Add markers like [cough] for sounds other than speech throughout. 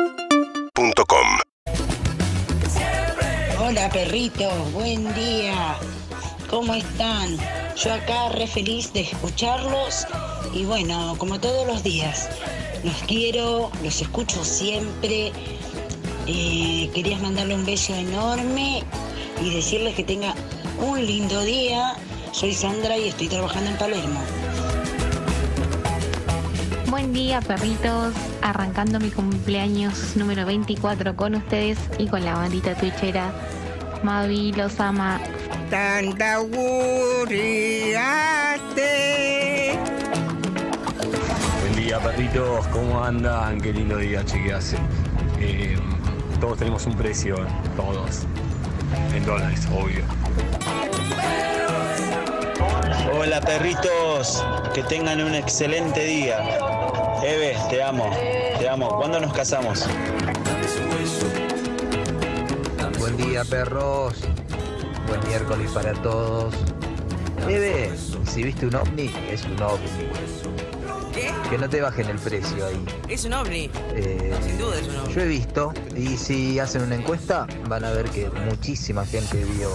UrbanaPlayFM.com Hola perrito, buen día. ¿Cómo están? Yo acá re feliz de escucharlos y bueno, como todos los días, los quiero, los escucho siempre. Eh, querías mandarle un beso enorme y decirles que tenga un lindo día. Soy Sandra y estoy trabajando en Palermo. Buen día, perritos. Arrancando mi cumpleaños número 24 con ustedes y con la bandita twitchera. Mavi los ama. Tanta guriate. Buen día, perritos. ¿Cómo andan? Qué lindo día, che, que hace. Eh, todos tenemos un precio, todos. En dólares, obvio. Hola perritos, que tengan un excelente día. Eve, te amo, te amo. ¿Cuándo nos casamos? Buen día, perros. Buen miércoles para todos. Eve, si viste un ovni, es un ovni. ¿Qué? Que no te bajen el precio ahí. Es un ovni. Eh, Sin duda es un ovni. yo he visto, y si hacen una encuesta, van a ver que muchísima gente vio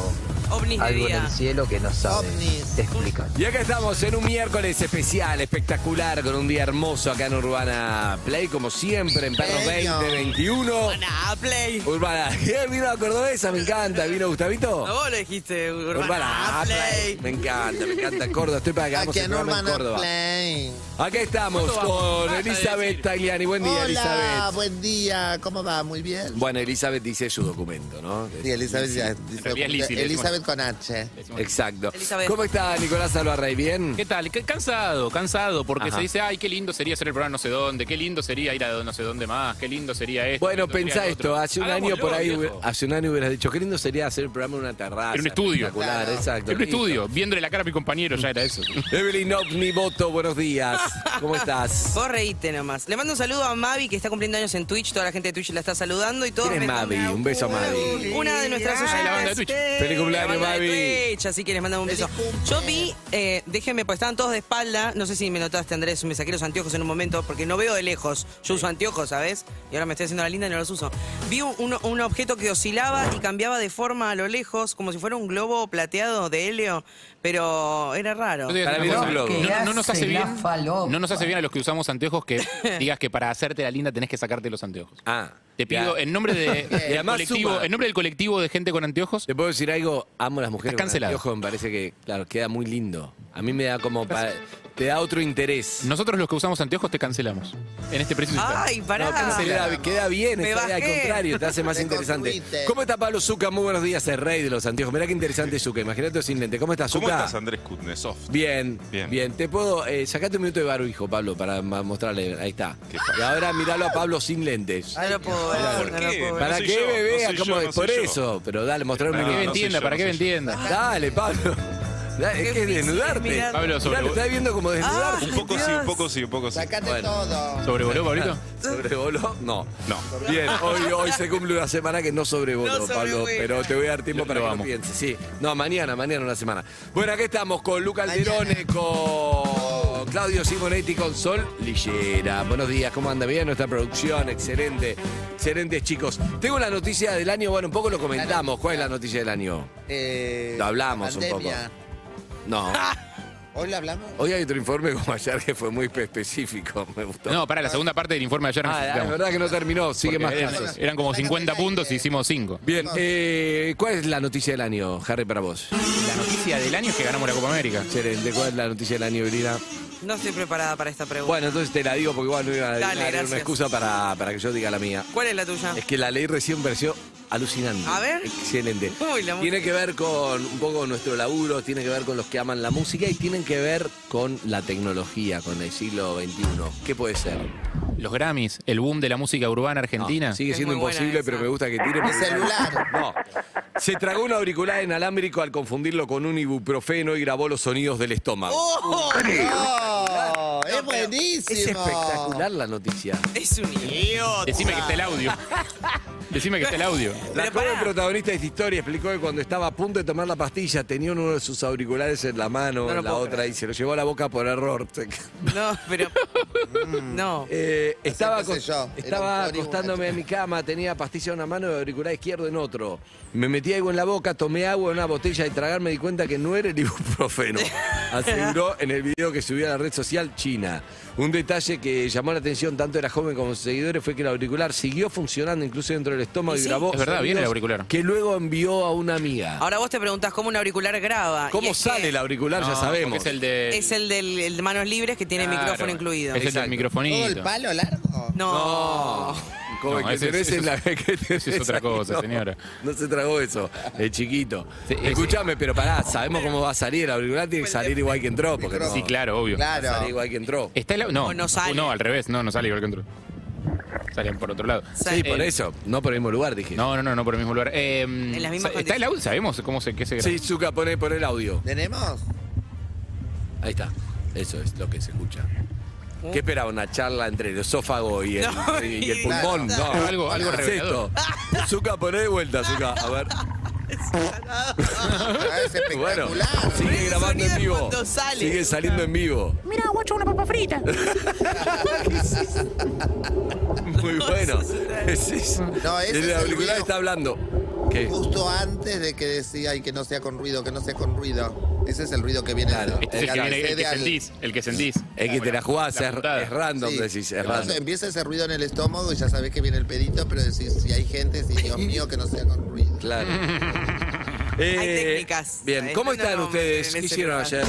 Ovnis de algo en día. el cielo que no sabe Ovnis. explicar. Y acá estamos en un miércoles especial, espectacular, con un día hermoso acá en Urbana Play, como siempre, en Perros Genio. 2021. Urbana, play. Urbana, [laughs] Eh, vino a Cordobesa, me encanta. ¿Vino No, Gustavito? vos lo dijiste, Urbana, play. Me encanta, me encanta Córdoba. Estoy para que hagamos Aquí el en programa en Urbana Córdoba. Play. Acá estamos con Elizabeth Tagliani. Buen día, Hola, Elizabeth. buen día. ¿Cómo va? Muy bien. Bueno, Elizabeth dice su documento, ¿no? Sí, Elizabeth, ya, dice- realidad es Lizzy, le decimos. Elizabeth con H. Exacto. Elizabeth. ¿Cómo está Nicolás Alvarrey? ¿Bien? ¿Qué tal? C- Cansado, cansado, porque Ajá. se dice, ay, qué lindo sería hacer el programa no sé dónde, qué lindo sería ir a no sé dónde más, qué lindo sería esto. Bueno, qué lindo pensá sería lo esto, otro". hace un año Hagámoslo, por ahí, viejo. hace un año hubieras dicho, qué lindo sería hacer el programa en una terraza. En un estudio. Espectacular, Claro. exacto. En un estudio, viéndole la cara a mi compañero, ya era eso. Evelyn Voto, buenos días. ¿Cómo estás? Vos reíte nomás. Le mando un saludo a Mavi que está cumpliendo años en Twitch. Toda la gente de Twitch la está saludando y todo. ¿Quién es Mavi? Un beso a Mavi. Una de nuestras Ah, la banda de Twitch. Feliz cumpleaños, La banda de Mavi. Twitch, así que les mandamos un Feliz beso. cumple. Yo vi, eh, déjenme, pues estaban todos de espalda. No sé si me notaste, Andrés, me saqué los anteojos en un momento porque no veo de lejos. Yo uso anteojos, ¿sabes? Y ahora me estoy haciendo la linda y no los uso. Vi un, un- un objeto que oscilaba y cambiaba de forma a lo lejos, como si fuera un globo plateado de helio, pero era raro. Yo te voy a decir Para una mí cosa, no es un no- no nos hace bien- no nos hace bien a los que usamos [laughs] anteojos que digas que para hacerte la linda tenés que sacarte los anteojos. Ah, Te pido, ya. en nombre, de, del [laughs] Y además colectivo- suma. en nombre del colectivo de gente con anteojos, ¿Te puedo decir algo? Amo a las mujeres Estás cancelado. con anteojos, me parece que, claro, queda muy lindo. A mí me da como, pa- te da otro interés. nosotros los que usamos anteojos te cancelamos. En este preciso instante. Ay, pará. No, queda, queda bien, Me está bien, al bajé. contrario, te hace más interesante. Reconstruite. ¿Cómo está Pablo Zuca? Muy buenos días, el rey de los anteojos. Mirá qué interesante Zuca, imagínate sin lente. ¿Cómo estás, Zuca? ¿Cómo estás, Andrés Kutnesov? Bien, bien, Bien. Te puedo. Eh, sacate un minuto de barbijo, hijo, Pablo, para ma- mostrarle. Ahí está. ¿Qué pasa? Y ahora miralo a Pablo sin lentes. No lo puedo ver, ¿Por no lo qué? puedo ver. ¿Para soy qué, yo, bebé? no soy Acabo yo, de- no soy por yo. eso. Pero dale, mostrar un Para No, que me no minuto. soy entienda, yo, para no que me soy yo. entienda. Dale, Pablo. Da- Qué es que es difícil desnudarte. mirar. Pablo, sobre- Mirá, lo estás viendo como desnudarte. Un poco Dios. Ah. sí, un poco sí, un poco sí. Sacate Bueno. todo. ¿Sobrevoló, Pablito? ¿Sobrevoló? No. No. [laughs] Bien, hoy, hoy se cumple una semana que no sobrevoló, No Pablo, sobrevuela. pero te voy a dar tiempo Lo- para lo que lo amo. pienses. Sí, no, mañana, mañana una semana. Bueno, aquí estamos con Luca Alderone, con Claudio Simonetti, con Sol Lillera. Buenos días, ¿cómo anda? Bien, nuestra producción, excelente, excelentes chicos. Tengo la noticia del año, bueno, un poco lo comentamos. ¿Cuál es la noticia del año? Eh, Lo hablamos un pandemia. [laughs] No. ¿Hoy lo hablamos? Hoy hay otro informe como ayer que fue muy específico, me gustó. No, para la segunda parte del informe de ayer Ah, la necesitamos. verdad que no terminó, sigue Porque más eran, casos. eran como Sácate 50 el aire. puntos y hicimos 5. Bien, eh, ¿cuál es la noticia del año, Harry, para vos? La noticia del año es que ganamos la Copa América. Excelente, ¿cuál es la noticia del año, Brina? No estoy preparada para esta pregunta. Bueno, entonces te la digo porque igual no iba a Dale, adivinar, era una gracias. excusa para, para que yo diga la mía. ¿Cuál es la tuya? Es que la ley recién pareció alucinante. A ver. Excelente. Uy, la tiene que ver con un poco nuestro laburo, tiene que ver con los que aman la música y tienen que ver con la tecnología, con el siglo XXI. ¿Qué puede ser? Los Grammys, el boom de la música urbana argentina. No, sigue Es siendo muy buena imposible, esa. pero me gusta que tire. Mi celular. No. Se tragó un auricular inalámbrico al confundirlo con un ibuprofeno y grabó los sonidos del estómago. ¡Oh! No, No, es buenísimo. Es espectacular la noticia. Es un idiota. Decime que está el [laughs] audio. Decime que está el audio. La joven protagonista de esta historia explicó que cuando estaba a punto de tomar la pastilla tenía uno de sus auriculares en la mano, No lo en la puedo otra, y se lo llevó a la boca por [laughs] error. No, pero. Mm. No. Eh, estaba Así empecé acos- yo. Era un estaba pobre acostándome en mi cama, tenía pastilla en una mano y auricular izquierdo en otro. Me metí algo en la boca, tomé agua en una botella y tragar me di cuenta que no era el [laughs] ibuprofeno. Aseguró en el video que subió a la red social china. Un detalle que llamó la atención tanto de la joven como de sus seguidores fue que el auricular siguió funcionando incluso dentro del estómago Y y, sí. grabó Es verdad, viene sonidos el auricular. que luego envió a una amiga. Ahora vos te preguntás cómo un auricular graba. y ¿Cómo es sale que el auricular? No, ya porque sabemos. Es el de. Es el del el de manos libres que tiene Claro. micrófono incluido. Es el del Exacto. ¿Todo el microfonito. palo largo? No. Como No, el que ese es- tenés ese en la es- que tenés [laughs] [laughs] ese es otra ahí, cosa, no. señora. No se tragó [laughs] eso, el chiquito. Sí, ese- Escuchame, pero pará, sabemos cómo va a salir. El auricular tiene que salir igual que entró, porque no Sí, claro, obvio. Claro. sale igual que entró. Está el au- No, O no sale. no, al revés, no, no sale igual que entró. Salen por otro lado. Sale. Sí, por Eh, eso, no por el mismo lugar, dije. No, no, no, no por el mismo lugar. Eh, las mismas sa- está el audio, sabemos cómo se, qué se graba. Este Sí, Zuka, pone por el audio. ¿Tenemos? Ahí está. Eso es lo que se escucha. ¿Qué esperaba? ¿Una charla entre el esófago y el, ¿Eh? No, y- y el y- pulmón? No, Claro. Algo- algo ¿Qué es [laughs] revelador. esto? Zuka, poné de vuelta, Zuka. A ver. Ah, [laughs] es espectacular. Bueno, sigue Ese grabando en sonido es vivo. cuando sale. Sigue saliendo en vivo. Mira, guacho, una papa [laughs] frita. [laughs] Muy bueno. Es eso. No, ese es el el auricular video. está hablando. ¿Qué? Justo antes de que decía y que no sea con ruido, que no sea con ruido. Ese es el ruido que viene. Claro. Este es el que, viene- el antecede que al- sentís, el que sentís. Es que te la jugás, La es, puntada. es random, Sí. decís, es Entonces, random. Empieza ese ruido en el estómago y ya sabés que viene el perito, pero decís, si hay gente, si Dios mío, que no sea con [laughs] ruido. [laughs] Claro. Eh, técnicas. Bien, ¿cómo Esto no están lo vamos a meter ustedes? en ¿Qué ese hicieron lugar. ayer?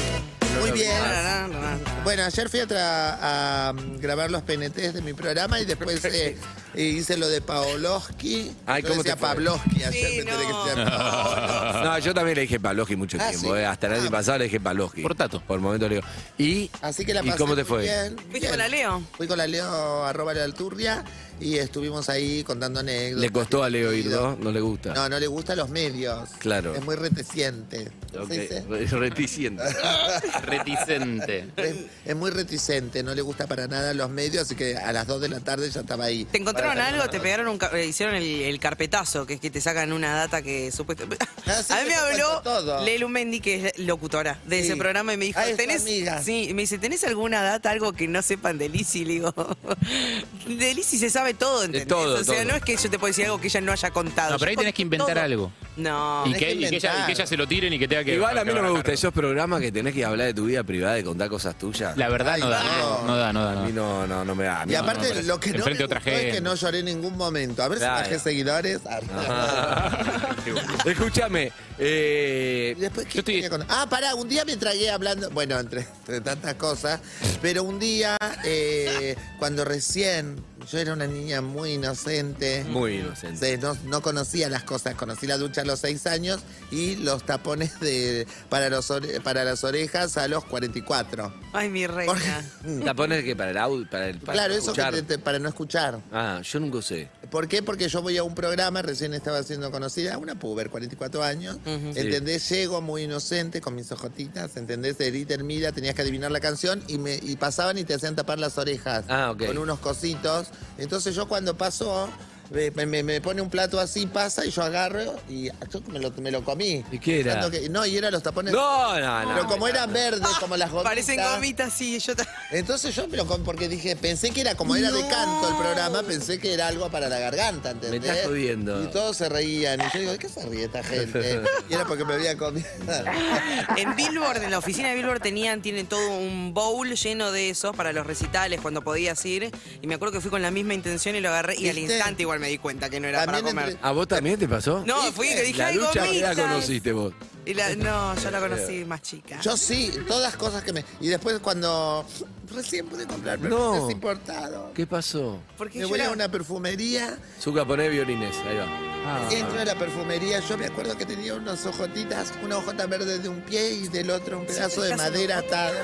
Muy bien. Na, na, na, na. Bueno, ayer fui a, tra- a, um, grabar los PNTs de mi programa y después eh, hice lo de Paoloski. Ay, Yo ¿cómo decía te fue? Pavlovsky, ayer Sí, me enteré no. que [laughs] se llama- No, yo también le dije Paloski mucho Ah, tiempo. sí. eh. Hasta el año Ah. pasado le dije Paloski. Por Tato. Por el momento le digo. ¿Y, Así que la ¿y pasé cómo te muy fue? bien, ¿Fuiste bien. con la Leo? Fui con la Leo, arroba la Alturria, y estuvimos ahí contando anécdotas. Le costó a Leo ir, ¿no? No le gusta. No, no le gustan los medios. Claro. Es muy reticente. Ok, ¿Se dice? re- [laughs] Reticente. Ah, Reticente. Es, es muy reticente, no le gusta para nada los medios, así que a las 2 de la tarde ya estaba ahí. ¿Te encontraron Para- algo? ¿Te pegaron un ca- eh, hicieron el, el carpetazo? Que es que te sacan una data que [laughs] supuestamente. Ah, sí, a mí me eso habló cuento todo. Lelu Mendy, que es locutora de Sí. ese programa, y me dijo, Ah, es tu ¿tenés? amiga. Sí, me dice, ¿tenés alguna data, algo que no sepan de Lizzy? Le digo, [laughs] de Lizzy se sabe todo, ¿entendés? todo, o sea, todo. no es que yo te pueda decir algo que ella no haya contado. No, Yo pero ahí tenés que conté inventar todo. algo. No. Y Tenés que, que y que ella, y que ella se lo tiren y que tenga que. Igual a mí no que me bajarlo. gusta esos programas que tenés que hablar de tu vida privada y contar cosas tuyas. La verdad Ay, no da, no. no, no da, no da. A no. mí no, no, no me da. Y no, aparte, no, no. lo que no me Enfrente a otra gustó es gente. que no lloré en ningún momento. A ver Claro. si bajé seguidores. Ah, [laughs] Escúchame. eh, Y después, ¿qué Yo estoy- tenía con- Ah, pará, un día me tragué hablando, bueno, entre, entre tantas cosas, pero un día, eh, cuando recién, yo era una niña muy inocente. muy inocente. Sí, no, no conocía las cosas, conocí la ducha a los 6 años y los tapones de para, los ore- para las orejas a los 44. Ay, mi reina. ¿Tapones que para el audio? Para el, para claro, eso que escuchar? te- te- para no escuchar. Ah, yo nunca usé. ¿Por qué? Porque yo voy a un programa, recién estaba siendo conocida, una puber, 44 años, ¿entendés? Llego muy inocente con mis ojotitas, ¿entendés? Edith Hermida, tenías que adivinar la canción y, me, y pasaban y te hacían tapar las orejas Ah, ok. con unos cositos. Entonces yo cuando paso, me, me- me pone un plato así, pasa y yo agarro y yo me lo, me lo comí. ¿Y qué era? Tanto que- no, y eran los tapones... No, no, no. Pero como eran verdes, como las gomitas. Ah, Parecen gomitas, sí. Yo ta- Entonces yo me lo comí porque dije, pensé que era como era de canto el programa, pensé que era algo para la garganta, ¿entendés? Me estás jodiendo. Y todos se reían. Y yo digo, ¿de qué se ríe [laughs] esta gente? Y era porque me había comido. [laughs] En Billboard, en la oficina de Billboard tenían, tienen todo un bowl lleno de esos para los recitales cuando podías ir. Y me acuerdo que fui con la misma intención y lo agarré y al ¿Viste? instante igual me di cuenta que no era También para comer. entre- ¿A vos también te pasó? No, fui que dije La algo ducha ya la conociste vos. [laughs] Y la, no, yo la conocí más chica. Yo sí, todas cosas que me. Y después cuando. Recién pude comprar perfumes No. importados. ¿Qué pasó? Porque Me yo voy a era- una perfumería, Zuka, poné violines. Ahí va. Ah. entro a la perfumería, yo me acuerdo que tenía unas ojotitas, una hojota verde de un pie y del otro un pedazo de madera atado.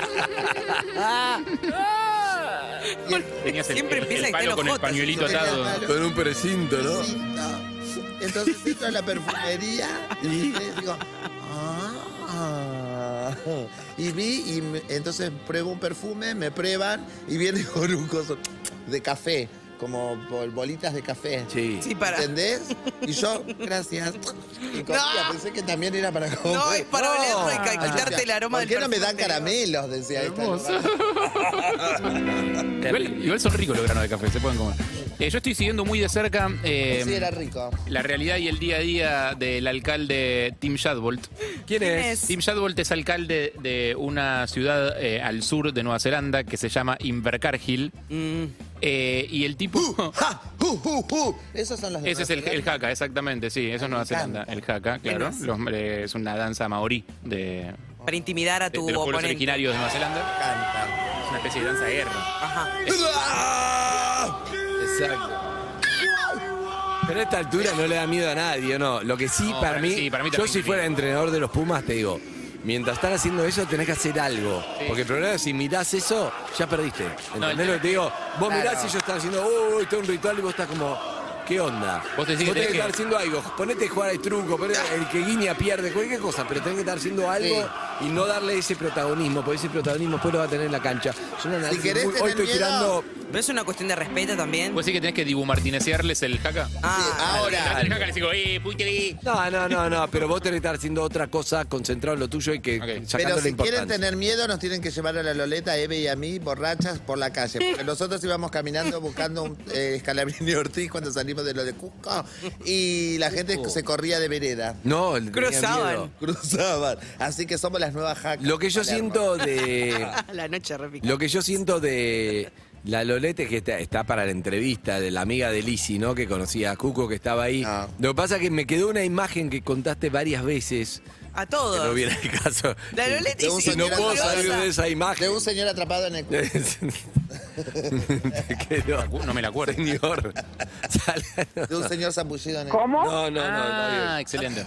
[laughs] Ah. Y el- Tenías el, Siempre el- empieza el que palo te con lo el jotas, pañuelito sí, atado. claro. Con un precinto, ¿no? Sí, no. Entonces entro a la perfumería y le digo, ah, Y vi, y me- entonces pruebo un perfume, me prueban y viene con un coso de café, como bol- bolitas de café. Sí. Sí, para. ¿Entendés? [laughs] Y yo, gracias. Y comía, pensé que también era para comer. No, es para olerlo y ca- quitarte el aroma ¿Por del qué no me dan perfume?" caramelos? Decía esta Igual, igual son ricos los granos de café, se pueden comer. Eh, yo estoy siguiendo muy de cerca eh, Sí, era rico. la realidad y el día a día del alcalde Tim Shadbolt. ¿Quién es? Tim Shadbolt es alcalde de una ciudad eh, al sur de Nueva Zelanda que se llama Invercargill. Mm. Eh, y el tipo... ¡Ja! ¡Ju, ju, ju! Esos son los de Ese es el, Nueva el Zelanda. haka, exactamente, sí, eso es Nueva Zelanda, el haka, claro. es? Los- eh, es una danza maorí de, Para intimidar a de- tu de los pueblos oponente. originarios de Nueva Zelanda. Canta. Es una especie de danza de guerra. Ajá. Exacto. Pero a esta altura no le da miedo a nadie, ¿o ¿no? Lo que sí, No, para, para- mí, sí, para mí yo también si sí. fuera entrenador de los Pumas, te digo, mientras están haciendo eso, tenés que hacer algo. Porque el problema es si mirás eso, ya perdiste. No, ¿Entendés el lo que te digo? Vos Claro. mirás y ellos están haciendo, uy, está un ritual y vos estás como, ¿qué onda? Vos decís que tenés tenés que estar que- haciendo algo. Ponete a jugar al truco, ponete- el que guiña pierde, cualquier cosa, pero tenés que estar haciendo algo y no darle ese protagonismo, porque ese protagonismo después lo va a tener en la cancha. Yo no analizo querés muy- tener hoy estoy miedo, tirando Pero es una cuestión de respeto también. ¿Vos decís que tenés que dibumartinesearles el haka? ah, Ahora, Hacen el haka y les digo, eh, puite. No, no, no, no, pero vos tenés que estar haciendo otra cosa, concentrado en lo tuyo y que Ok. sacando Pero la si quieren importancia. tener miedo, nos tienen que llevar a la Loleta, a Eve y a mí, borrachas, por [laughs] la calle. Porque nosotros íbamos caminando buscando un eh, Scalabrini Ortiz cuando salimos de lo de Cusco. Y la gente se corría de vereda. No, el Cruzaban. Cruzaban. Así que somos las nuevas jacas. Lo que yo Palermo. siento de. [laughs] La noche repica. Lo que yo siento de. La Lolete que está, está para la entrevista de la amiga de Lisi, ¿no? Que conocía a Cuco, que estaba ahí. Ah. Lo que pasa es que me quedó una imagen que contaste varias veces. A Que no todos. hubiera el caso. La Lolete Y- es y no puedo curiosa. salir de esa De imagen. un señor atrapado en el Cusco. [laughs] Te quedó. Uh, No me la [laughs] acuerdo. [laughs] Señor. Sal- De un señor zambullido en el No, no, no. no, Ah, Diego. excelente.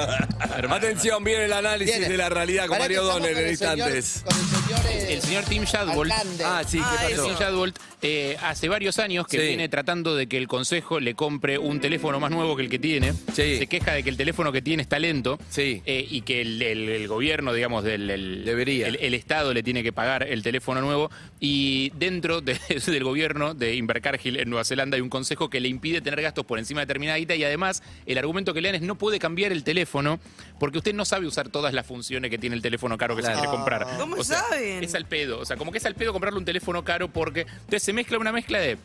[laughs] Atención, viene el análisis Viene. de la realidad con Pará que Mario estamos Donner con en el señor- instantes. Con el señor, eh, El señor Tim Shadbolt. Alcalde. Ah, sí, Ah, ¿qué eso. pasó? Tim Shadbolt eh, hace varios años que Sí. viene tratando de que el consejo le compre un teléfono más nuevo que el que tiene. Sí. Se queja de que el teléfono que tiene está lento Sí. eh, y que el, el- el gobierno, digamos, del el- Debería. El, el Estado le tiene que pagar el teléfono nuevo. Y dentro de- [laughs] del gobierno de Invercargill en Nueva Zelanda hay un consejo que le impide tener gastos por encima de determinada guita y además el argumento que le dan es no puede cambiar el teléfono porque usted no sabe usar todas las funciones que tiene el teléfono caro que Claro. se quiere comprar. Ah. ¿Cómo O sea, saben? Es al pedo. O sea, como que es al pedo comprarle un teléfono caro porque. Entonces se mezcla una mezcla de.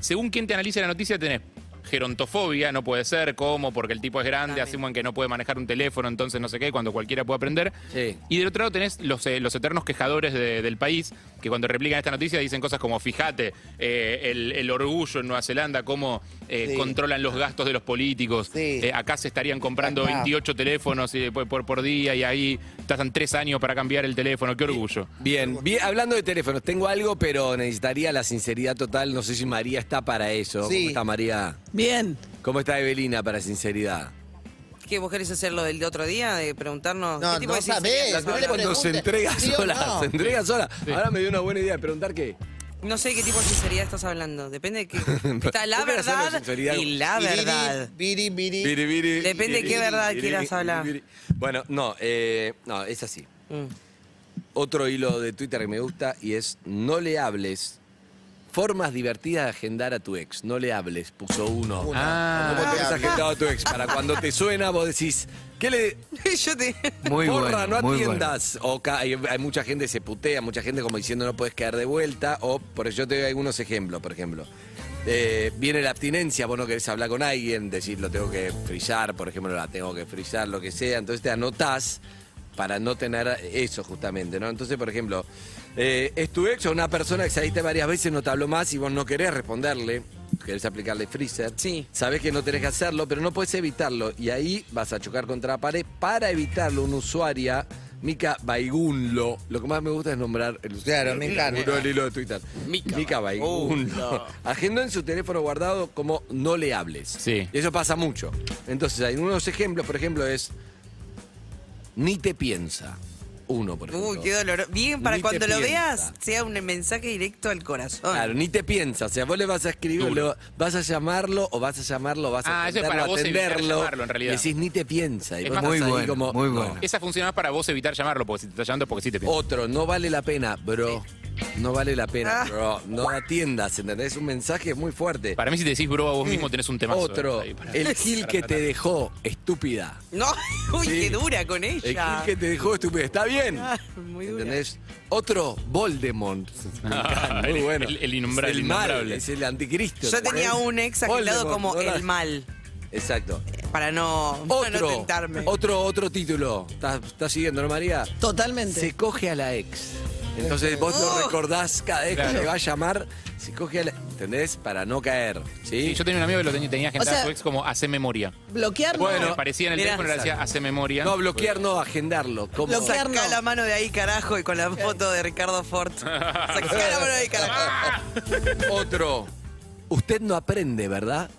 Según quien te analice la noticia, tenés gerontofobia, no puede ser, cómo, porque el tipo es grande, También. asumen que no puede manejar un teléfono, entonces no sé qué, cuando cualquiera puede aprender. Sí. Y del otro lado tenés los, eh, los eternos quejadores de- eh, del país, que cuando replican esta noticia dicen cosas como, fíjate, eh, el, el orgullo en Nueva Zelanda, cómo eh, Sí. controlan los gastos de los políticos. Sí. Eh, acá se estarían comprando Acá. 28 teléfonos y, por, por- por día y ahí tardan tres años para cambiar el teléfono, qué orgullo. Bien, bien, hablando de teléfonos, tengo algo, pero necesitaría la sinceridad total. No sé si María está para eso. Sí. ¿Cómo está María? Bien. ¿Cómo está Evelina para sinceridad? ¿Qué vos querés hacer lo del otro día? De preguntarnos. No, ¿Qué tipo no de sinceridad sabés, estás no le hablando? Cuando se pregunte, entrega ¿sí o sola, no? se entrega sola. Ahora me dio una buena idea de preguntar qué. No sé de qué tipo de sinceridad estás hablando. Depende de qué. Está la ¿Por qué no hacemos verdad sinceridad? y la Biriri, verdad. biri, biri. Biri, biri, Depende biri, qué verdad biri, quieras biri, hablar. biri. Bueno, no, eh, no, es así. Mm. Otro hilo de Twitter que me gusta y es no le hables. Formas divertidas de agendar a tu ex. No le hables, puso uno. Uno. Ah. ¿Cómo ¿Cómo te has te hablo? agendado a tu ex? Para cuando te suena, vos decís, ¿qué le.? [laughs] Yo te. Muy bueno, Porra, no muy bueno. atiendas. O ca- hay, hay mucha gente que se putea, mucha gente como diciendo no puedes quedar de vuelta. O, por eso yo te doy algunos ejemplos, por ejemplo. Eh, viene la abstinencia, vos no querés hablar con alguien, decís lo tengo que frizar, por ejemplo, la tengo que frizar, lo que sea. Entonces te anotás para no tener eso justamente, ¿no? Entonces, por ejemplo, eh, es tu ex o una persona que saliste varias veces, no te habló más y vos no querés responderle, querés aplicarle freezer. Sí. Sabés que no tenés que hacerlo, pero no puedes evitarlo. Y ahí vas a chocar contra la pared. Para evitarlo, una usuaria, Mica Baigunlo, lo que más me gusta es nombrar el Claro, me encanta. el hilo de Twitter. Mica Mica Baigunlo. Agendó en su teléfono guardado como no le hables. Sí. Y eso pasa mucho. Entonces, hay unos ejemplos, por ejemplo, es ni te piensa. uno, por ejemplo. Uy, qué dolor. Bien, para Ni te cuando lo piensa. veas, sea un mensaje directo al corazón. Claro, ni te piensas. O sea, vos le vas a escribir, Duro. lo- vas a llamarlo o vas a llamarlo, vas a Ah, eso es atenderlo, para vos evitar atenderlo, llamarlo, en realidad. le decís, ni te piensa. Y Es vos más- estás ahí Muy bueno, como, muy no, bueno. Esa funciona más para vos evitar llamarlo, porque si te está llamando, porque sí te piensa. Otro, no vale la pena, bro. No vale la pena, Ah. bro. No atiendas, ¿entendés? Es un mensaje muy fuerte. Para mí, si te decís bro a vos mismo, tenés un eh, tema. Otro, el kill que te dejó, estúpida. No, [laughs] uy, Sí. qué dura con El ella. kill que te dejó, estúpida. Está bien. Ah, muy dura. ¿Entendés? Otro, [laughs] Voldemort. Me encanta, Ah, el- Muy bueno. el- el innombrable, Es el el mal, innombrable. es el anticristo. Yo tenía ¿entendés? un ex agendado Voldemort, como no la- el mal, Exacto. para no, para no Otro, tentarme. otro, otro título. ¿Estás estás siguiendo, no, María? Totalmente. Se coge a la ex. Entonces vos Oh. no recordás cada vez que Claro. le va a llamar, se coge a la... ¿Entendés? Para no caer. ¿sí? Sí, yo tenía un amigo que lo tenía, tenía agendado O sea- a su ex como hace memoria. Bloquear no. me parecía en el Mirá. teléfono, le decía hace memoria. No, bloquear no, agendarlo. Como... Bloquear. Sacá no. la mano de ahí, carajo, y con la foto de Ricardo Ford. Sacá la mano de ahí, carajo. Otro. Usted no aprende, ¿verdad?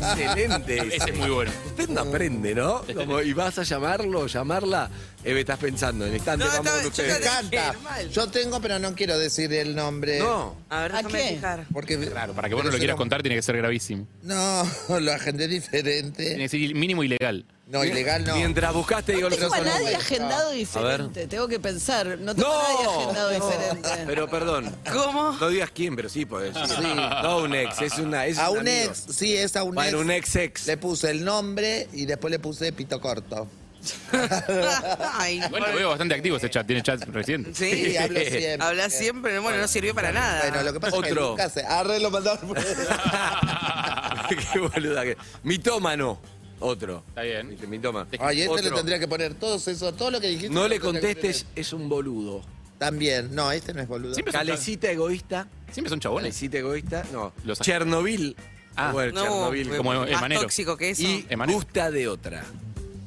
Excelente. Ese es muy bueno. Usted no aprende, ¿no? Como, y vas a llamarlo o llamarla. Eve, estás pensando, en instante No, vamos no, con yo Me ustedes. te- encanta. Qué mal. Yo tengo, pero no quiero decir el nombre. No. A ver, ¿A déjame qué? fijar. Porque, Claro, para que vos no lo pero quieras será- contar, tiene que ser Eh. gravísimo. No, [laughs] lo agendé Tiene diferente. que ser mínimo ilegal. No, ilegal no. Mientras buscaste, digo lo que tengo a son los- nadie agendado A diferente. Tengo que pensar. No tengo a nadie ¡No! agendado No, diferente. Pero perdón. [laughs] ¿Cómo? No digas quién, pero sí podés decir. Sí. No un ex, es una. Es A un un amigo. ex, sí, es a un Bueno, un ex ex. ex. Le puse el nombre y después le puse pito corto. [laughs] Ay, Bueno, lo veo bastante activo ese chat, tiene chat reciente. sí. Sí, hablo siempre. eh, Habla siempre, bueno, no sirvió para nada. Bueno, lo que pasa es que Otro. nunca se... Arre, lo mandaron. [laughs] Qué boluda que. Mitómano. Otro. Está bien. Mitoma. Ay, este le Otro. tendría que poner todo eso, todo lo que dijiste. No le lo tendría que contestes, es un boludo. poner. También, no, este no es boludo. Siempre son, chabones. Calecita egoísta. Siempre son chabones. Calecita egoísta. No. Los- Chernobyl. Ah. Bueno, No, Chernobyl. fue como más Emanero. tóxico que eso. Y Emanero. gusta de otra.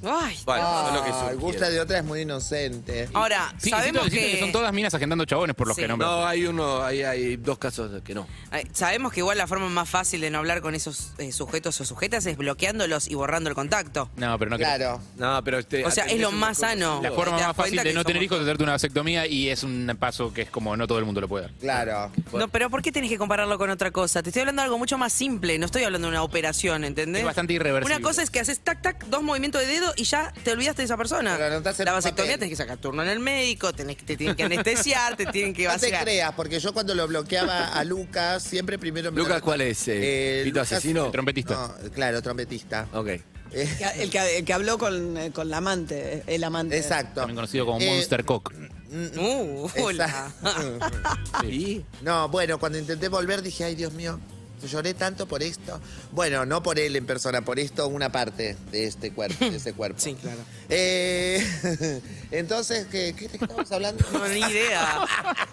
Ay, Bueno, Ay, es lo que sugiere. Ah, gusta de otra es muy inocente. ahora, Sí, sabemos insisto, insisto que... son todas minas agendando chabones por los Sí. que nombran. No, hay uno, hay, hay dos casos que no. Ay, Sabemos que igual la forma más fácil de no hablar con esos eh, sujetos o sujetas es bloqueándolos y borrando el contacto. No, pero no creo. Claro. No, pero este, O sea, es atendés lo un más poco- sano. La Te forma das más fácil cuenta de que no tener somos- hijos es hacerte una vasectomía y es un paso que es como no todo el mundo lo puede dar. Claro. No, pero ¿por qué tenés que compararlo con otra cosa? Te estoy hablando de algo mucho más simple, no estoy hablando de una operación, ¿entendés? Es bastante irreversible. Una cosa es que haces tac, tac, dos movimientos de dedo y ya te olvidaste de esa persona. Pero anotás el la vasectomía papel. tenés que sacar turno en el médico, tenés, que- te tienen que anestesiar, te [laughs] tienen que No te vaciar. creas, porque yo cuando lo bloqueaba a Lucas, siempre primero me. Lucas, ¿cuál es? Eh, Eh, ¿Pito Lucas- asesino? El trompetista. No, claro, trompetista. Ok. Eh, El que, el que habló con, eh, con la amante. eh, El amante. exacto. También conocido como Eh, Monster Cock. Uh, hola. Exacto. Ah, ¿Y? No, bueno, cuando intenté volver dije, ay Dios mío, lloré tanto por esto. Bueno, no por él en persona, por esto una parte de este cuerpo, [laughs] de ese cuerpo. Sí, claro. Eh, [laughs] entonces, ¿qué, ¿qué estamos hablando? [laughs] No, ni idea. [laughs]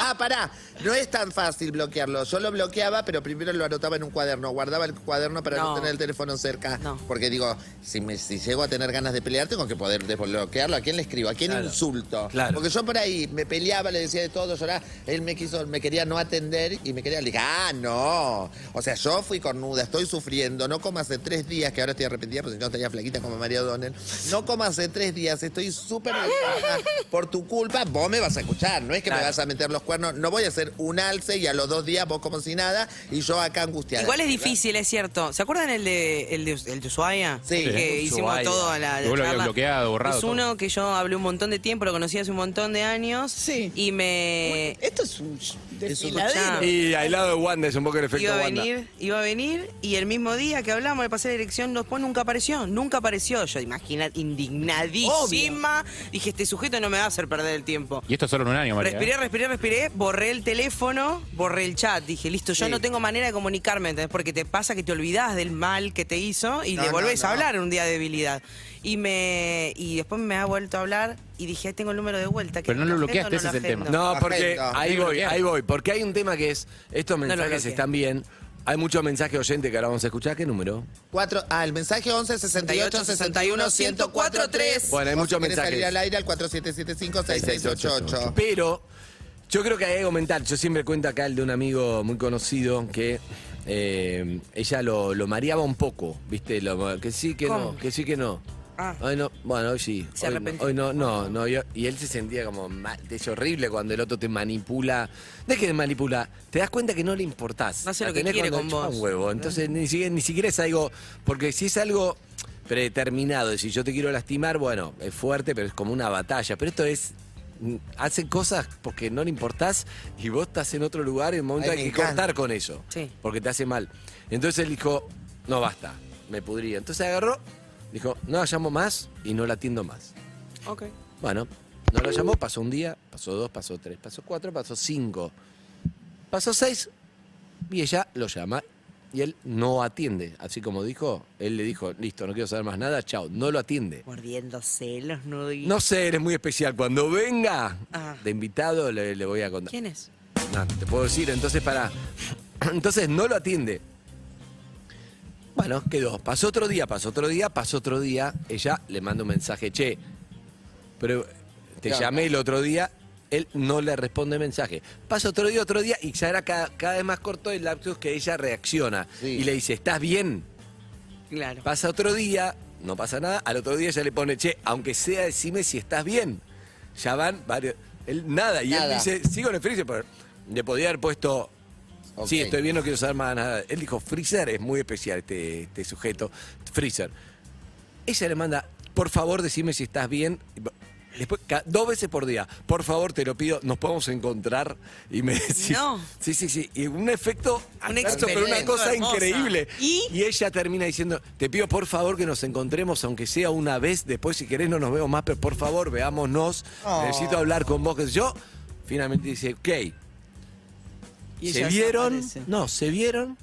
Ah, pará, no es tan fácil bloquearlo. Yo lo bloqueaba, pero primero lo anotaba en un cuaderno. Guardaba el cuaderno para no, No. tener el teléfono cerca. No. Porque digo, si, me, si llego a tener ganas de pelear, tengo que poder desbloquearlo. ¿A quién le escribo? ¿A quién Claro. insulto? Claro. Porque yo por ahí me peleaba, le decía de todo, lloraba. Él me quiso, me quería no atender y me quería. Le dije, ah, no. O sea, yo fui cornuda, estoy sufriendo. No como hace tres días, que ahora estoy arrepentida porque yo estaría flaquita como María O'Donnell. No como hace tres días, estoy súper delgada. Por tu culpa, vos me vas a escuchar. No es que me vas a meter los cuernos. No voy a hacer un alce y a los dos días vos como si nada y yo acá angustiada. Igual es difícil, es cierto. ¿Se acuerdan el de, el de, el de Ushuaia? Sí. El que Sí. hicimos Ushuaia. todo a la, la Que vos lo habías charla. bloqueado, borrado, Es todo. uno que yo hablé un montón de tiempo, lo conocí hace un montón de años. Sí. Y eh, me... Esto es un escuchá. desfiladero. Y aislado de Wanda es un poco el efecto Iba a Wanda. venir, iba a venir y el mismo día que hablamos le pasé la dirección, no, pues nunca apareció, nunca apareció. Yo imagina indignadísima, dije este sujeto no me va a hacer perder el tiempo. Y esto solo en un año, María. Respiré, ¿eh? respiré, respiré, borré el teléfono, borré el chat, dije listo, yo Sí. no tengo manera de comunicarme, ¿entendés? Porque te pasa que te olvidás del mal que te hizo y No, le no, volvés a no. hablar un día de debilidad. Y me y después me ha vuelto a hablar y dije, ahí tengo el número de vuelta. que Pero no lo agendo, bloqueaste, ese es el agendo. tema. No, porque Agenda. ahí Sí, voy, bloquear. ahí voy. Porque hay un tema que es, estos mensajes bloqueé. están bien. Hay muchos mensajes oyentes que ahora vamos a escuchar. ¿Qué número? Cuatro, ah, el mensaje 11 68 61 104 3. Bueno, hay muchos mensajes. salir al aire al 4775 6688. Pero yo creo que hay que comentar. Yo siempre cuento acá el de un amigo muy conocido que eh, ella lo, lo mareaba un poco, ¿viste? Lo- que sí, que no, que sí, que no. Ay, no, bueno, hoy sí. Ah. Se hoy, arrepintió. hoy no, no, no. yo- y él se sentía como mal. Es horrible cuando el otro te manipula. No es que te manipula, te das cuenta que no le importás. Hace La lo que tenés quiere cuando con chupa vos. un huevo. Entonces ni siquiera, ni siquiera es algo. Porque si es algo predeterminado, si yo te quiero lastimar, bueno, es fuerte, pero es como una batalla. Pero esto es. mm, Hacen cosas porque no le importás y vos estás en otro lugar y en el momento Ay, hay me que encanta. cortar con eso. Sí. Porque te hace mal. Entonces él dijo, no basta, me pudría. Entonces agarró, dijo, no la llamo más y no la atiendo más. Ok. Bueno, no la llamó, pasó un día, pasó dos, pasó tres, pasó cuatro, pasó cinco. Pasó seis y ella lo llama y él no atiende. Así como dijo, él le dijo, listo, no quiero saber más nada, chao, no lo atiende. Mordiéndose los nuditos. No sé, eres muy especial. Cuando venga Ah. de invitado le, le voy a contar. ¿Quién es? No, no te puedo decir, entonces para. Entonces no lo atiende. Bueno, quedó. Pasó otro día, pasó otro día, pasó otro día. Ella le manda un mensaje, che, pero te Claro. llamé el otro día, él no le responde mensaje. Pasa otro día, otro día, y ya era cada, cada vez más corto el lapsus que ella reacciona. Sí. Y le dice, ¿estás bien? Claro. Pasa otro día, no pasa nada, al otro día ya le pone, che, aunque sea, decime si estás bien. Ya van varios. Él nada, y Nada. él dice, sigo en el freezer, pero le podía haber puesto. Ok. Sí, estoy bien, no quiero saber más nada. Él dijo, Freezer es muy especial este, este sujeto. Freezer. Ella le manda, por favor, decime si estás bien. Después, ca- dos veces por día, por favor, te lo pido, nos podemos encontrar y me decís. No. Sí, sí, sí. Y un efecto, Un adverso, pero una experimento cosa hermosa. increíble. ¿Y? Y ella termina diciendo, te pido por favor que nos encontremos, aunque sea una vez, después si querés no nos vemos más, pero por favor veámonos, necesito hablar con vos. que Yo finalmente dice, ok, Y se ella vieron, desaparece. no, se vieron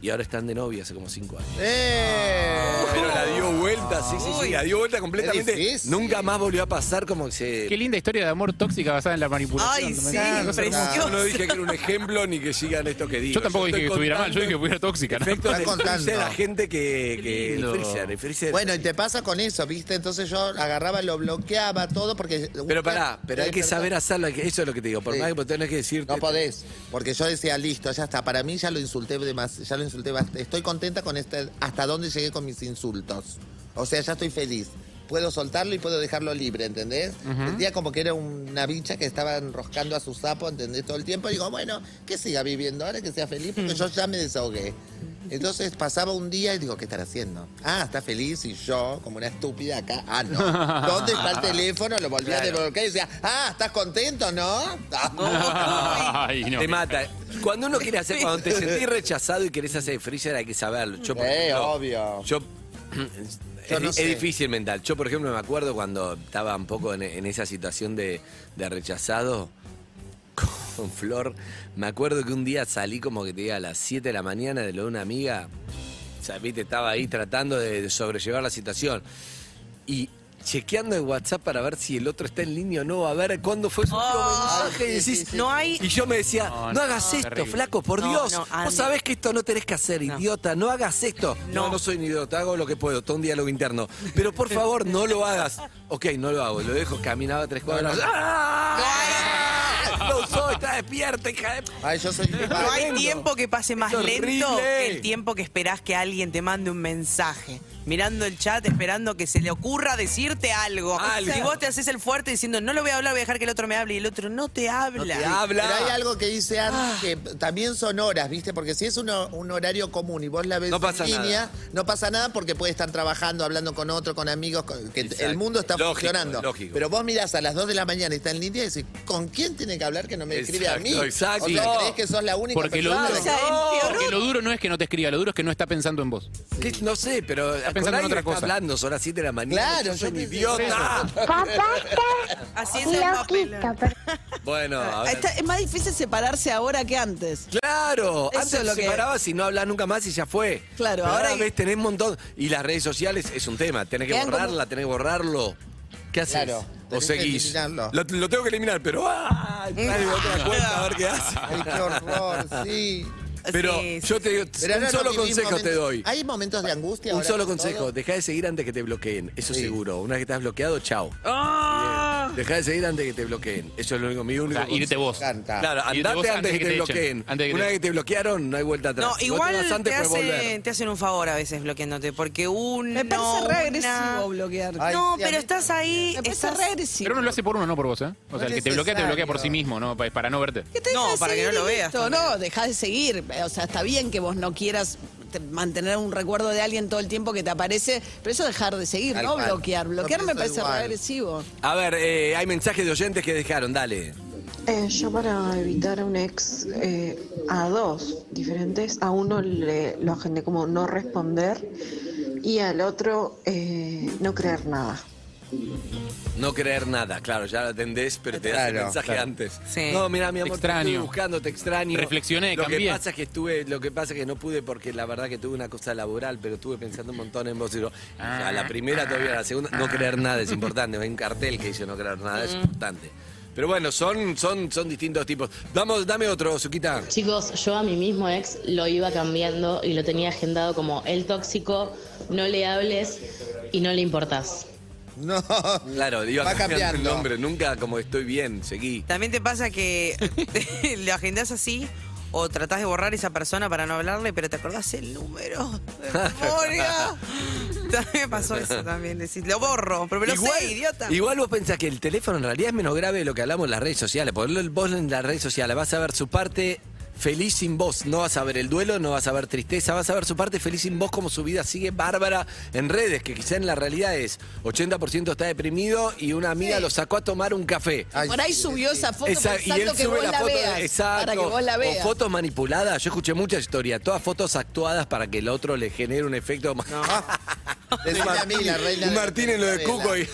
y ahora están de novia hace como cinco años. ¡Eh! Ah, Pero la dio vuelta, sí, sí, sí, la dio vuelta completamente. difícil. Nunca más volvió a pasar como que se... Qué linda historia de amor tóxica basada en la manipulación. Ay, Me sí, encanta, una cosa hermosa. Yo precioso. no dije que era un ejemplo ni que sigan esto que digo. Yo tampoco dije estoy que estuviera mal, contando yo dije que fuera tóxica, ¿no? efectos Está del contando. freezer, la gente que... Qué que el lindo. freezer, el freezer. Bueno, y te pasa con eso, ¿viste? Entonces yo agarraba, lo bloqueaba todo porque... Pero pará, pero hay que Despertó. saber hacerlo, hay que- eso es lo que te digo, por Sí. más que vos tenés que decir... No podés, porque yo decía, listo, ya está, para mí ya lo insulté más, ya lo insulté bast- Estoy contenta con este, hasta dónde llegué con mis insultos. O sea, ya estoy feliz. Puedo soltarlo y puedo dejarlo libre, ¿entendés? Sentía como que era una bicha que estaba enroscando a su sapo, ¿entendés? Todo el tiempo. Y digo, bueno, que siga viviendo ahora, que sea feliz, porque yo ya me desahogué. Entonces pasaba un día y digo, ¿qué estará haciendo? Ah, está feliz y yo, como una estúpida acá. Ah, no. ¿Dónde está el teléfono? Lo volví a Claro. desbloquear y decía, ah, ¿estás contento, no? [laughs] Ay, no. Te mata. Cuando uno quiere hacer, cuando te [laughs] sentís rechazado y querés hacer freezer, hay que saberlo. Yo, por Eh, ejemplo, obvio. Yo, [clears throat] Yo es, no es sé. difícil mental. Yo, por ejemplo, me acuerdo cuando estaba un poco en, en esa situación de, de rechazado [laughs] con Flor. Me acuerdo que un día salí como que te diga a las 7 de la mañana de lo de una amiga. O sea, viste, estaba ahí tratando de, de sobrellevar la situación. Y chequeando el WhatsApp para ver si el otro está en línea o no, a ver cuándo fue su último Ah, mensaje. Y sí, decís, sí, sí. No hay. y yo me decía, No, no, no, hagas esto, terrible. flaco, por No, Dios. no, Vos Andy. sabés que esto no tenés que hacer, No. idiota. No hagas esto. No. no, No. soy un idiota, hago lo que puedo, todo un diálogo interno. Pero por favor, no lo hagas. Ok, no lo hago, lo dejo, caminaba tres cuadras. ¡Ah! No soy, está despierta, hija de... Ay, [laughs] yo soy No hay Tremendo. tiempo que pase más Es horrible. lento que el tiempo que esperás que alguien te mande un mensaje. Mirando el chat, esperando que se le ocurra decirte algo. Algo. Y vos te haces el fuerte diciendo, no lo voy a hablar, voy a dejar que el otro me hable. Y el otro no te habla. te Pero hay Habla. algo que dice Ah. antes que también son horas, ¿viste? Porque si es uno- un horario común y vos la ves No pasa en nada. línea, no pasa nada porque puede estar trabajando, hablando con otro, con amigos, con- que Exacto. el mundo está Lógico, funcionando. lógico. Pero vos mirás a las 2 de la mañana y está en línea y decís, ¿con quién tiene que hablar que no me escribe a Exacto, mí? exacto. O sea, Sí. crees que sos la única Porque lo persona. duro, que- porque lo duro no es que no te escriba, lo duro es que no está pensando en vos. ¿Qué? No sé, pero Está pensando en con alguien otra está cosa. hablando, son las 7 de la mañana. Claro, yo soy yo un te- idiota. Haciendo el papel. Bueno, ahora- Está- es más difícil separarse ahora que antes. Claro, Eso antes es lo lo que que- parabas y no hablas nunca más y ya fue. Claro, Pero ahora ahora hay- ves, tenés un montón. Y las redes sociales es un tema, tenés que Quedan como- borrarla, tenés que borrarlo. ¿Qué haces? Claro, o tenés que seguís. eliminarlo. Lo, lo tengo que eliminar, pero ¡ah! Ay, otra cuenta, a ver qué haces. Ay, qué horror, sí. Pero Sí, sí, yo te digo, Pero un ahora solo no vivís consejo te momentos- doy. Hay momentos de angustia. Un ahora solo con todo. consejo, dejá de seguir antes que te bloqueen, eso Sí. seguro. Una vez que estás bloqueado, chao. Ah. Deja de seguir antes que te bloqueen. Eso es lo único, mi único. sea, irte consejo. vos. Canta. Claro, Irte andate vos antes, que, te, echen, bloqueen. antes de que Una te- vez que te bloquearon, no hay vuelta atrás. No, Vos te igual vas te, antes, podés volver. hacen, te hacen un favor a veces bloqueándote, porque uno... Me parece re una- agresivo bloquear. Ay, No, sí, a pero mí estás ahí... me parece estás- re agresivo. Pero uno lo hace por uno, no por vos, ¿eh? O No sea, el que te necesario. bloquea, te bloquea por sí mismo, ¿no? Pa- Para no verte. Que te No, deja de para que no seguir lo y veas listo. también. No, dejás de seguir. O sea, está bien que vos no quieras te- mantener un recuerdo de alguien todo el tiempo que te aparece, pero eso dejar de seguir, Tal no cual. bloquear. No Bloquear me pienso parece igual. re agresivo. A ver, eh, hay mensajes de oyentes que dejaron, dale. Eh, yo para evitar a un ex eh, a dos diferentes, a uno le, lo agendé como no responder y al otro eh, no creer nada. No creer nada, claro, ya lo atendés, pero te das el Claro, mensaje claro. antes. Sí. No, mira, mi amor, te extraño. estuve buscando, te extraño. Reflexioné, lo cambié. Que pasa es que estuve, lo que pasa es que no pude porque la verdad que tuve una cosa laboral, pero estuve pensando un montón en vos. Y yo, a Ah. la primera todavía, a la segunda, no creer nada es importante. Hay un cartel que dice no creer nada, Mm. es importante. Pero bueno, son, son, son distintos tipos. Vamos, dame otro, Suquita. Chicos, yo a mi mismo ex lo iba cambiando y lo tenía agendado como el tóxico, no le hables y no le importás. [laughs] No. Claro, iba Va cambiando el cambiando. nombre, nunca como estoy bien, seguí. También te pasa que lo agendás así o tratás de borrar esa persona para no hablarle, pero te acordás el número [laughs] de memoria. también me pasó eso también. Decís, lo borro, pero me lo sé, idiota. Igual vos pensás que el teléfono en realidad es menos grave de lo que hablamos en las redes sociales. Ponerlo el vos en las redes sociales, vas a ver su parte feliz sin vos. No vas a ver el duelo, no vas a ver tristeza, vas a ver su parte feliz sin vos, como su vida sigue bárbara en redes, que quizá en la realidad es 80% está deprimido y una amiga lo sacó a tomar un café. Ay, Por ahí sí, subió sí. esa foto Esa- pensando que vos la, veas. exacto, Para que vos la veas. O fotos manipuladas. Yo escuché muchas historias. Todas fotos actuadas para que el otro le genere un efecto. [laughs] más Decime a mí, la reina un de- Martín en lo de Cuco [laughs] y.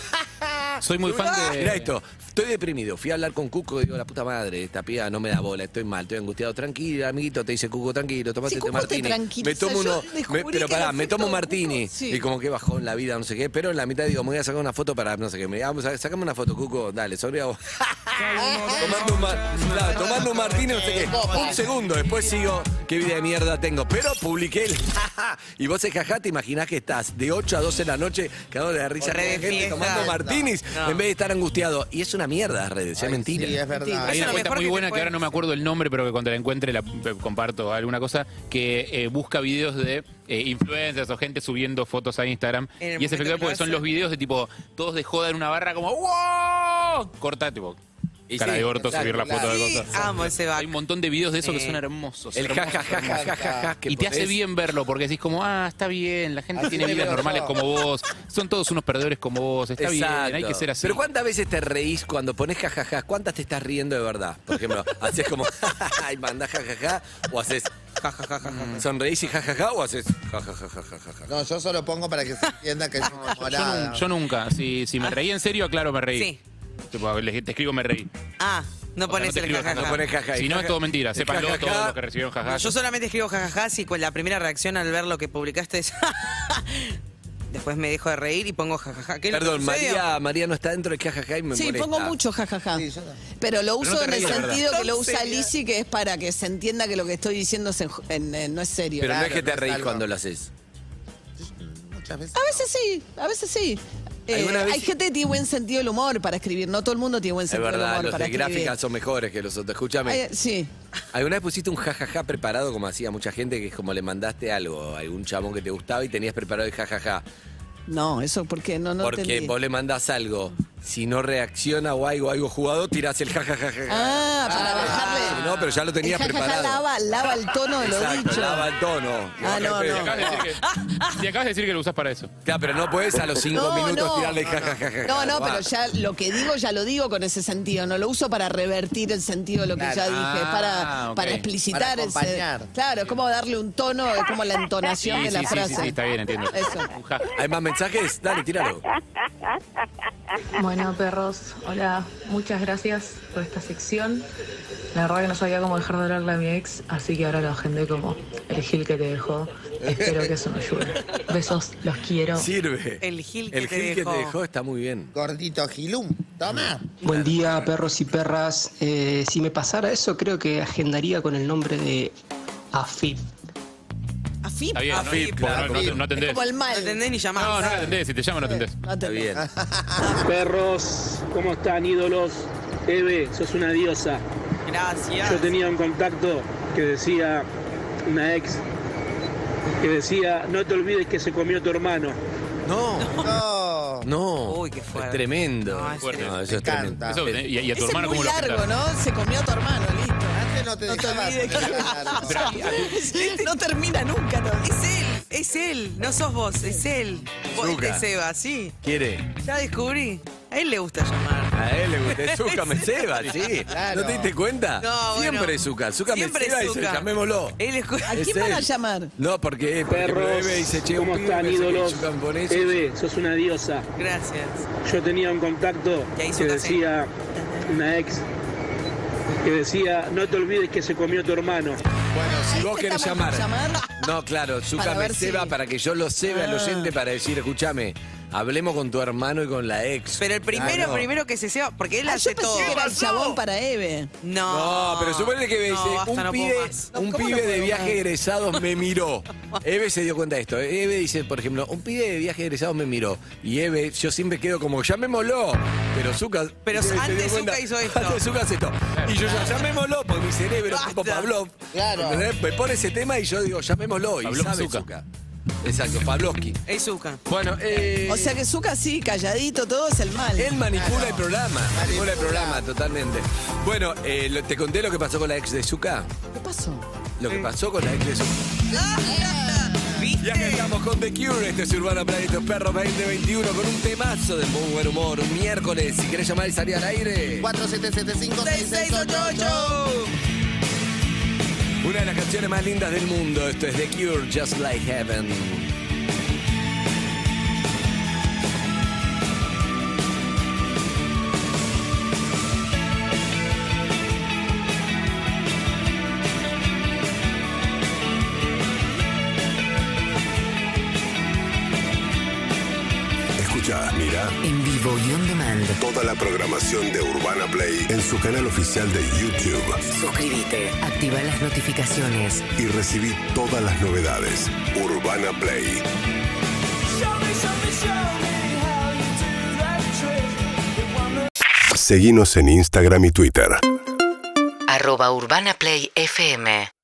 Soy muy fan de. Mira esto, estoy deprimido. Fui a hablar con Cuco y digo, la puta madre, esta piba no me da bola, estoy mal, estoy angustiado. Tranquilo, amiguito, te dice Cuco, tranquilo, tomate Sí, este Cuco te martini. tranquiliza. me tomo Yo uno, descubrí me- pero que pará, el me efecto tomo un Cuco, martini. sí. Y como que bajó en la vida, no sé qué, pero en la mitad digo, me voy a sacar una foto para no sé qué. Me vamos a sacame una foto, Cuco, dale, sobre a vos. Ah. tomando un, mar- claro, tomando un martini, no sé Eh, qué. Un segundo, después sigo, qué vida de mierda tengo. Pero publiqué el [laughs] y vos en jaja, te imaginás que estás de 8 a 12 de la noche, cagado de la risa, Re con de gente fiesta. tomando martinis, en vez de estar angustiado. Y es una mierda las redes, es Ay, mentira. Sí, es verdad. Eso Hay una es lo cuenta mejor muy que te buena que ahora puede no me acuerdo el nombre, pero que cuando la encuentre la eh, comparto alguna cosa, que eh, busca videos de eh, influencers o gente subiendo fotos a Instagram. En el Y es momento que efectivo lo porque son hacen. los videos de tipo, todos de joda en una barra como ¡Wow! Corta, tipo, Y cara sí, de orto, claro, subir la foto claro. de Sí, cosas. amo ese back. Hay un montón de videos de eso que Sí. son hermosos. El hermosos, jajaja, hermosos. jajaja, jajaja, que Y te hace podés- bien verlo porque decís como, ah, está bien, la gente Así tiene me vidas veo normales yo. como vos, son todos unos perdedores como vos, está bien, hay que ser así. Pero ¿cuántas veces te reís cuando pones jajaja? ¿Cuántas te estás riendo de verdad? Por [laughs] ejemplo, haces como [laughs] y mandás jajaja o haces jajaja. Sonreís y jajaja o haces jajaja. No, yo solo pongo para que se entienda que es [laughs] una Yo, nun- morada. yo nunca, si, si me reí en serio, aclaro, me reí. Ah. Sí. Tipo, le- te escribo, me reí. Ah, no O sea, pones no te el escribo jajaja. jajaja. No pones jajaja. Si no, es todo mentira. Sépanlo Jajaja. todos los que recibieron jajaja. Yo solamente escribo jajaja si con la primera reacción al ver lo que publicaste es... [laughs] Después me dejo de reír y pongo jajaja. ¿Qué es lo que Perdón, sucedió? María, María no está dentro del jajaja y me Sí, molesta. pongo mucho jajaja. Sí, yo no. Pero lo uso Pero no te en el reís, la verdad. sentido que lo Tan usa seria. Lizzy, que es para que se entienda que lo que estoy diciendo es en- en- en- no es serio. Pero no es que te Claro, no es reís algo. cuando lo haces. Muchas veces. A veces sí, a veces sí. Eh, ¿Alguna vez- Hay gente que tiene buen sentido del humor para escribir, no todo el mundo tiene buen Es sentido del verdad, humor los para de escribir. gráficas son mejores que los otros. Escúchame. Ay, sí. ¿Alguna vez pusiste un jajaja preparado como hacía mucha gente que es como le mandaste algo a algún chabón que te gustaba y tenías preparado el jajaja? No, eso porque no, no Porque entendí. vos le mandás algo. Si no reacciona o algo, algo jugado, tirás el jajaja. Ah, para bajarle. No, pero ya lo tenías El jajaja preparado. Lava, lava el tono de lo Exacto, dicho. lava el tono. Ah, no, Pero- no. Te acabas de decir que- te acabas de decir que lo usás para eso. Claro, pero no puedes a los cinco No, minutos no. tirarle jajaja. No, no, pero ya lo que digo ya lo digo con ese sentido. No lo uso para revertir el sentido de lo que ya Claro. dije, Ah, para, ok. para explicitar Para acompañar. ese. Claro, es como darle un tono, es como la entonación Sí, de sí, la sí, frase. sí, sí, está bien, entiendo. Eso. Un ja- ¿Hay más mensajes? Dale, tíralo. Bueno, perros, hola, muchas gracias por esta sección. La verdad que no sabía cómo dejar de hablarle a mi ex, así que ahora lo agendé como el gil que te dejó. Espero [laughs] que eso me ayude. Besos, los quiero. Sirve. El Gil que El te Gil que dejó. te dejó está muy bien. Gordito Gilum. [laughs] Toma. Buen día, perros y perras. Eh, si me pasara eso, creo que agendaría con el nombre de AFIP. AFIP. Está bien, ¿no? ¿no? Claro, no, no atendés. Es como el mal. No atendés ni llamás. No, no atendés. Si te llaman, no atendés. No atendés. Perros, ¿cómo están ídolos? Eve, sos una diosa. Gracias. Yo tenía un contacto que decía, una ex, que decía, no te olvides que se comió tu hermano. No, No. no. Uy, qué fuerte. Es tremendo. No, es Fuerte. tremendo. No, eso es Me tremendo. encanta. Eso, eh, y, y a Ese tu es hermano, muy ¿cómo lo largo, afectás? ¿no? Se comió a tu [laughs] hermano, listo. Antes no te No te dejaba olvides poner que- el [laughs] arco. No termina nunca. ¿no? Es él, es él, no sos vos, es él. Vos Zucca. te Seba, sí. ¿Quiere? Ya descubrí. A él le gusta llamar. A él le gusta. Es Zucca me ceba, sí. Claro. ¿No te diste cuenta? No, bueno. Siempre es Zucca. Zucca me Siempre es ceba y se- Zucca. llamémoslo. Él es ¿A Es quién van a él. llamar? No, porque eh, por ejemplo, Perros, Eve dice, che, un ¿cómo pibe están me dice que ídolos? chupan por eso. Eve, sos una diosa. Gracias. Yo tenía un contacto Y ahí que Zucca se- decía, una ex, que decía, no te olvides que se comió tu hermano. Bueno, si Ahí vos te querés estamos llamar. por llamar. No, claro, Zucca Para me ver si- Ah. ceba para que yo lo cebe al oyente para decir, escúchame, hablemos con tu hermano y con la ex. Pero el primero, Ah, no. primero que se Seba, porque él Ah, hace yo todo. pensé que era el chabón para Eve. No. No, pero supone que me dice, no, basta, un no puedo pibe, más. un No, ¿cómo pibe no de puedo viaje más? egresados [laughs] me miró. Eve se dio cuenta de esto. Eve dice, por ejemplo, un pibe de viaje egresados me miró. Y Eve, yo siempre quedo como, llamémoslo. Pero Zucca. Pero Eve se dio antes cuenta, Zucca [laughs] hizo esto. Antes Zucca hace esto. Y yo ya, llamémoslo, porque mi cerebro es tipo Basta. Pavlov. Claro. ¿entendés? Me pone ese tema y yo digo, llamémoslo. Y Pavlov sabe Zucca. Zucca. Exacto, Pavlovsky. Es Zucca. Bueno, eh, O sea que Zuka sí, calladito, todo es el mal. él manipula el programa. Manipula Manipula. el programa, totalmente. Bueno, eh, lo- ¿te conté lo que pasó con la ex de Zucca? ¿Qué pasó? Lo que pasó con la ex de Zucca. Y acá ¿Viste? estamos con The Cure, este es Urbana Play, estos perros 2021 con un temazo de muy buen humor, un miércoles, si querés llamar y salir al aire. 4775-6688. Una de las canciones más lindas del mundo, esto es The Cure, Just Like Heaven. Escucha, mira En vivo y on demand. toda la programación de Urbana Play en su canal oficial de YouTube Suscríbete. Activa las notificaciones. y recibí todas las novedades. Urbana Play Seguinos en Instagram y Twitter. Arroba Urbana Play FM.